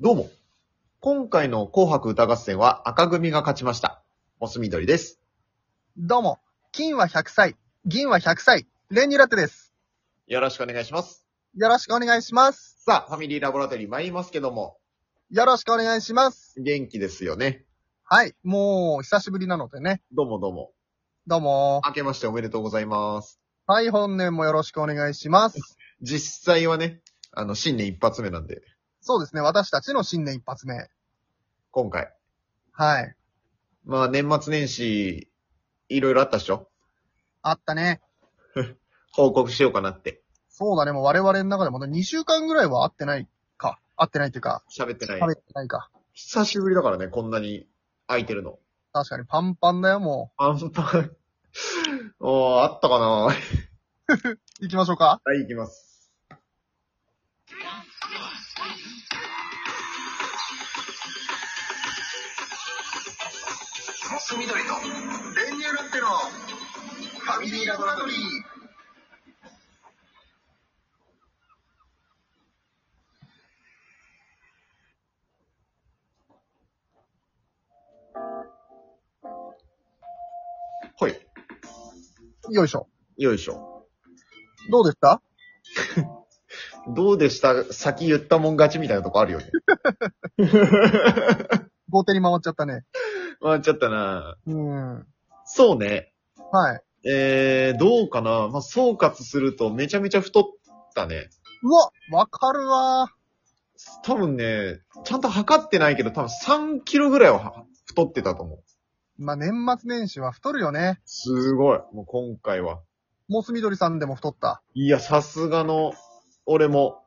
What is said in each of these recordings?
どうも。今回の紅白歌合戦は赤組が勝ちました。モス緑です。どうも、金は100歳、銀は100歳、練乳ラテです。よろしくお願いします。よろしくお願いします。さあ、ファミリーラボラトリー参りますけども、よろしくお願いします。元気ですよね。はい、もう、久しぶりなのでね。どうもどうも。どうも。明けましておめでとうございます。はい、本年もよろしくお願いします。実際はね、あの、新年一発目なんで、そうですね、私たちの新年一発目。今回。はい。まあ、年末年始、いろいろあったっしょあったね。報告しようかなって。そうだね、もう我々の中でもね2週間ぐらいは会ってないか。会ってないっていうか、喋ってない食。べてないか。久しぶりだからね、こんなに空いてるの。確かにパンパンだよ、もあんぱん。 おー、あったかなはう。行きましょうか。い、行きます。モス緑と練乳ラテのファミリーラボラトリー。ほい。よいしょ。よいしょ。どうでしたどうでした先言ったもん勝ちみたいなとこある よね。豪邸に回っちゃったね。まあ、ちょっとなうん。そうね。はい。えー、どうかなまあ、総括するとめちゃめちゃ太ったね。うわわかるわ多分ね、ちゃんと測ってないけど、多分3キロぐらいはは太ってたと思う。まあ、年末年始は太るよね。すごい。もう今回は。モス緑さんでも太った。いや、さすがの、俺も、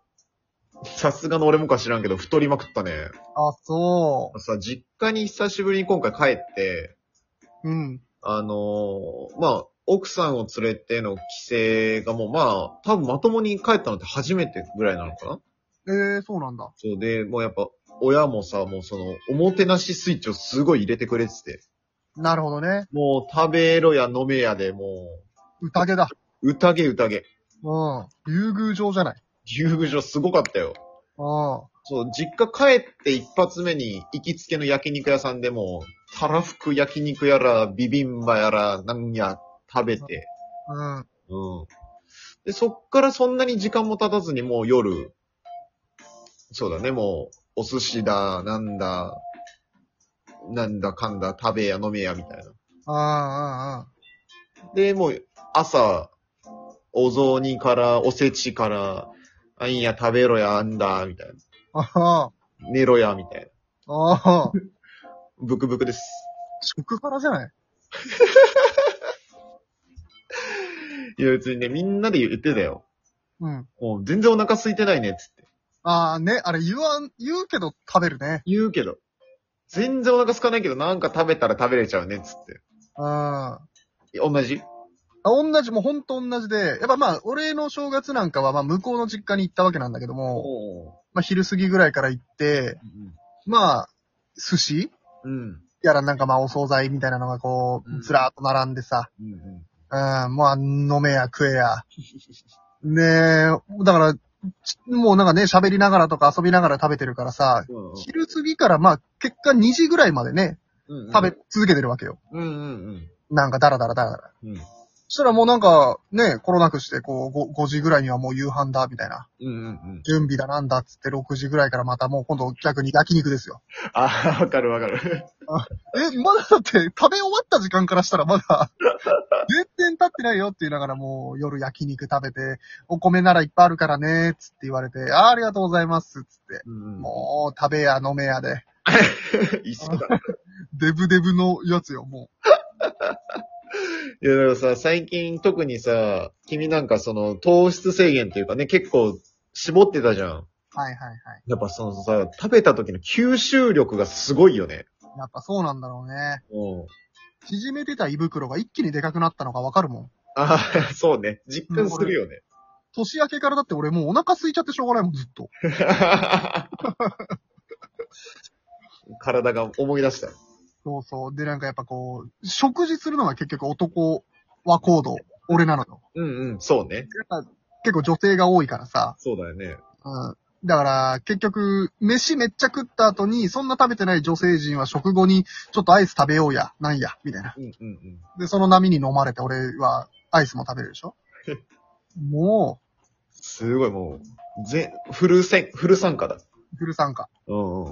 さすがの俺もか知らんけど、太りまくったね。あ、そさ、実家に久しぶりに今回帰って、う。うん。あのーまあ、奥さんを連れての帰省がもうまあ、多分まともに帰ったのって初めてぐらいなのかなえー、そうなんだ。そうで、もうやっぱ、親もさ、もうその、おもてなしスイッチをすごい入れてくれてて、なるほどね。もう食べろや飲めやで、も宴だ。う、宴宴。うん。竜宮城じゃない。遊具場すごかったよ。うん。そう、実家帰って一発目に行きつけの焼肉屋さんでもう、たらふく焼肉やら、ビビンバやら、なんや、食べて。うん。うん。で、そっからそんなに時間も経たずにもう夜、そうだね、もう、お寿司だ、なんだ、なんだかんだ、食べや飲めや、みたいな。あで、もう、朝、お雑煮から、おせちから、あんや、食べろや、あんだ、みたいな。あ、ああ。寝ろや、みたいな。ああ。ブクブクです。食からじゃないいや、別にね、みんなで言ってたよ。うん。もう全然お腹空いてないね、つって。ああ、ね、あれ言わん、言うけど食べるね。言うけど。全然お腹空かないけど、なんか食べたら食べれちゃうね、つって。うん。同じあ同じ、もうほんと同じで、やっぱまあ、俺の正月なんかはまあ、向こうの実家に行ったわけなんだけども、おまあ、昼過ぎぐらいから行って、まあ、寿司うん。やらなんかまあお惣菜みたいなのがこうんう、ずらーっと並んでさ、うん。うん。うん、まあ飲めや食え や。ねえ、だから、ちもうなんかね、喋りながらとか遊びながら食べてるからさ、うん昼過ぎからまあ結果2時ぐらいまでね、うん食べ。続けてるわけよ。うんうんなんかダラダラダラダラ。うん。うん。そしたらもうなんかね、コロナくしてこう 5, 5時ぐらいにはもう夕飯だみたいな。うんうんうん。準備だなんだっつって6時ぐらいからまたもう今度逆に焼肉ですよ。ああ、わかるわかる。え、まだだって、食べ終わった時間からしたらまだ、全然経ってないよって言いながらもう夜焼肉食べて、お米ならいっぱいあるからね、つって言われて、あーありがとうございます、つって。うんもう食べや飲めやで、一緒だ。デブデブのやつよ、もいや、だからさ、最近特にさ、君なんかその、糖質制限っていうかね、結構、絞ってたじゃん。う。はいはいはい。やっぱそのさ、食べた時の吸収力がすごいよね。やっぱそうなんだろうね。うん。縮めてた胃袋が一気にでかくなったのがわかるもん。ああ、そうね。実感するよね。年明けからだって俺もうお腹空いちゃってしょうがないもん、ずっと。体が思い出した。そうそう。で、なんかやっぱこう、食事するのが結局男は行動。俺なのよ。うんうん、そうね。結構女性が多いからさ、そうだよね。うん。だから、結局、飯めっちゃ食った後に、そんな食べてない女性陣は食後に、ちょっとアイス食べようや、なんや、みたいな。うんうんうん。で、その波に飲まれて、俺はアイスも食べるでしょもすごいもう、ぜ、フルせフル参加だ。う、フル参加。うんうん。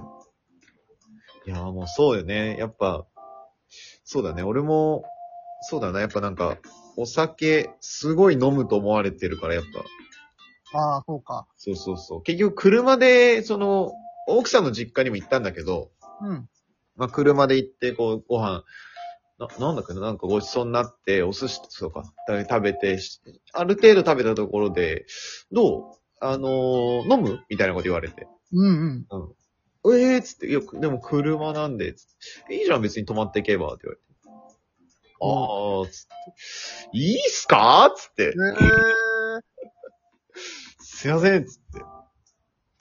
いやーもうそうよね。やっぱ、そうだね。俺も、そうだな。やっぱなんか、お酒、すごい飲むと思われてるから、やっぱ。ああ、そうか。そうそうそう。結局、車で、その、奥さんの実家にも行ったんだけど、うん。まあ、車で行って、こう、ご飯、な、なんだっけな、なんかごちそうになって、お寿司とかだ食べて、しある程度食べたところで、どうあのー飲むみたいなこと言われて。うんうん。ええー、つって、いや、でも車なんで、つっていいじゃん、別に泊まっていけば、って言われて。あー、つって、いいっすかつって、えー、すいません、つって、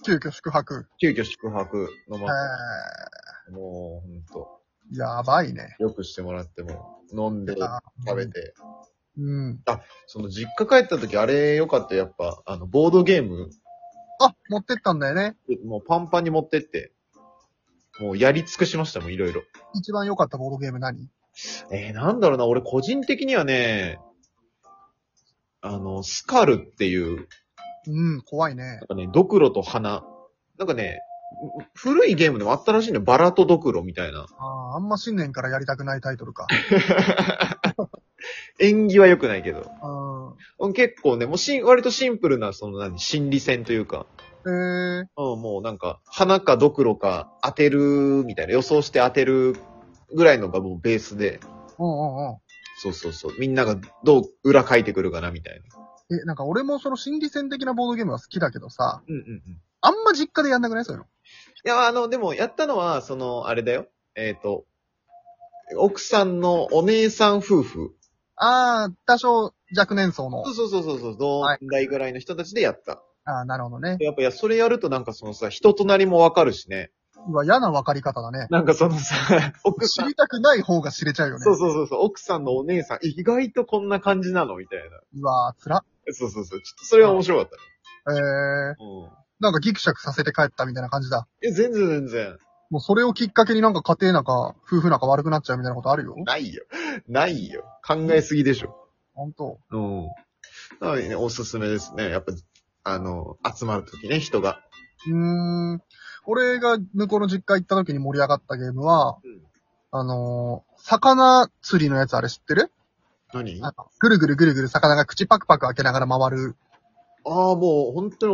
急遽宿泊。急遽宿泊飲えませて、もう、ほんと、ー、やばいね。よくしてもらっても、飲んで、あ食べて。うん。その、実家帰った時、あれよかったよ、やっぱ、あの、ボードゲーム、あ、持ってったんだよね。もうパンパンに持ってって、もうやり尽くしましたもん、いろいろ。一番良かったボードゲーム何えー、なんだろうな、俺個人的にはね、あの、スカルっていう、うん、怖いねなん。かね、ドクロと花。なんかね、古いゲームでもあったらしいのよ。バラとドクロみたいな。あーあんま新年からやりたくないタイトルか。縁起は良くないけど。うん。結構ね、もうしん、割とシンプルな、その何、心理戦というか。えー、うん、もうなんか、花かドクロか当てる、みたいな。予想して当てるぐらいのがもうベースで。うんうんうん。そうそうそう。みんながどう裏書いてくるかな、みたいな。え、なんか俺もその心理戦的なボードゲームは好きだけどさ、うんうんうん。いあんま実家でやんなくないそういうの。や、あの、でもやったのは、その、あれだよ。えっ、と、奥さんのお姉さん夫婦。ああ、多少若年層の。そうそうそうそう、同はい年代ぐらいの人たちでやった。ああ、なるほどね。やっぱ、いや、それやるとなんかそのさ、人となりもわかるしね。うわ、嫌な分かり方だね。なんかその さ、奥知さん、りたくない方が知れちゃうよね。そうそうそうそう、奥さんのお姉さん、意外とこんな感じなのみたいな。うわー、つら。そうそうそう、ちょっとそれは面白かったね。えうー、ん。なんかギクシャクさせて帰ったみたいな感じだ。え、全然全然。もうそれをきっかけになんか家庭なんか、夫婦なんか悪くなっちゃうみたいなことあるよ。ないよ。ないよ。考えすぎでしょ。ほんと。うん。なのでね、おすすめですね。やっぱ、あの、集まるときね、人が。うーん。俺が向こうの実家行った時に盛り上がったゲームは、うんあのー魚釣りのやつあれ知ってる何なんあかぐるぐるぐるぐる魚が口パクパク開けながら回る。あー、もう、本当に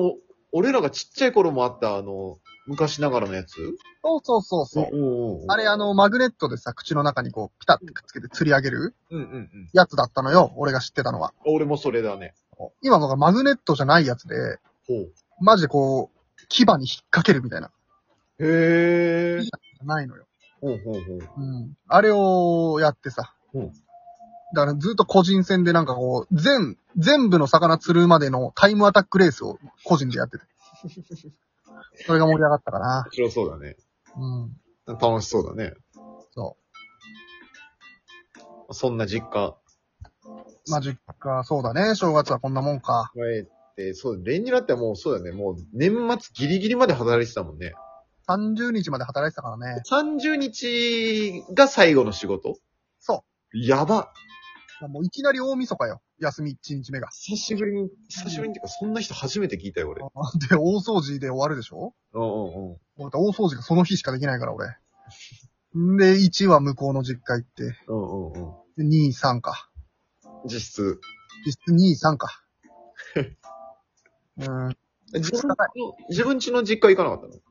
お、俺らがちっちゃい頃もあった、あの、昔ながらのやつそうそうそうそう。おうおうおうあれあの、マグネットでさ、口の中にこう、ピタッてくっつけて釣り上げるうんうんうん。やつだったのよ。俺が知ってたのは。俺もそれだね。今のがマグネットじゃないやつで、ほう。マジでこう、牙に引っ掛けるみたいな。へえ。ないのよ。ほうほうほう。うん。あれをやってさ。うんだからずっと個人戦でなんかこう、全、全部の魚釣るまでのタイムアタックレースを個人でやって て。それが盛り上がったかな。面白そうだね。うん。楽しそうだね。そそんな実家う。まあ、実家、そうだね。正月はこんなもんか。帰って、そう、例になってはもうそうだね。もう年末ギリギリまで働いてたもんね。 30日まで働いてたからね。 30日が最後の仕事そやば。う。もういきなり大晦日よ。休み1日目が。 久しぶりに、久しぶりにっていうか、そんな人初めて聞いたよ、俺。で、大掃除で終わるでしょうんうんうん。俺大掃除がその日しかできないから、俺。んで、1は向こうの実家行って、うんうんうん。で2、3か。実質。実質2、3か。うん。自分の、自分家の実家行かなかったの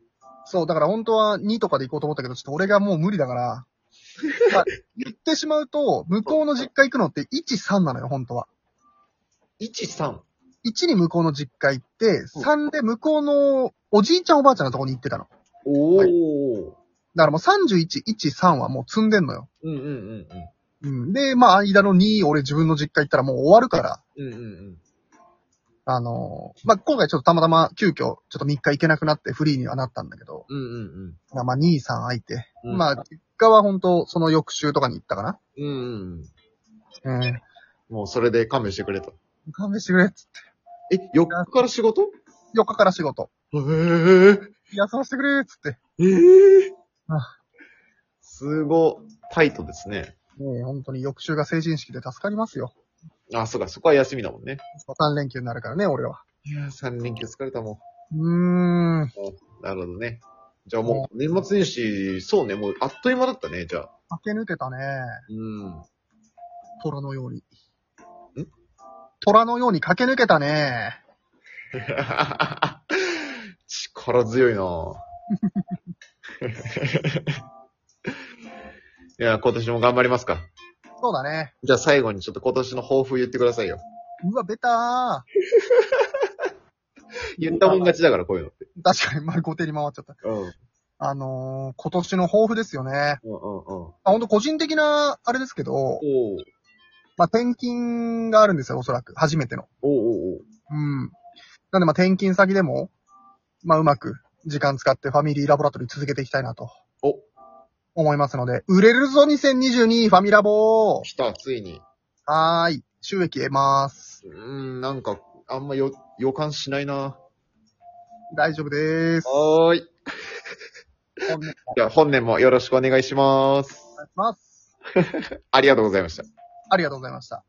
そう、だから本当は2とかで行こうと思ったけど、ちょっと俺がもう無理だから。まあ言ってしまうと、向こうの実家行くのって1、3なのよ、本当は。 ?1、3。 1に向こうの実家行って、3で向こうのおじいちゃんおばあちゃんのとこに行ってたの。おー。はいうんだからもう31、1、3はもう積んでんのよ。うんうんうん。で、まあ、間の2、俺自分の実家行ったらもう終わるから、うん。うんうんうん。あのーまあ、今回ちょっとたまたま急遽、ちょっと3日行けなくなってフリーにはなったんだけど、うんうんうん。まあ、2、3空いて、うんまあ、実家は本当その翌週とかに行ったかな。うんうんうん。うん。もうそれで勘弁してくれと。勘弁してくれっつって。え、4日から仕事4日から仕事。えー、休ませてくれーっつって。えーあ、すご、タイトですね。ねえ、本当に翌週が成人式で助かりますよ。あ、そうか、そこは休みだもんね。 3連休になるからね、俺らは。いやー、3連休疲れたもうーん。ん。なるほどね。じゃあもう、年末年始、そうね、もう、あっという間だったね、じゃあ。駆け抜けたね。うん。虎のように。ん虎のように駆け抜けたね。 力強いな ぁいや、今年も頑張りますか。そうだね。じゃあ最後にちょっと今年の抱負言ってくださいよ。うわ、ベター。言ったもん勝ちだから、こういうのって。確かに、まあ、後手に回っちゃった。うん。うんあのー、今年の抱負ですよね。うんうん。あ、ほんと個人的な、あれですけど、おうまあ、転勤があるんですよ、おそらく。初めての。おうおうおううん。なんで、まあ、転勤先でも、まあ、うまく、時間使ってファミリーラボラトリー続けていきたいなと。お思いますので、売れるぞ2022ファミラボー来た、ついに。はーい。収益得ます。うーん、なんか、あんまよ、予感しないな大丈夫でーす。はーい。本年もおじゃあ本年もよろしくお願いします。願いします。ありがとうございました。ありがとうございました。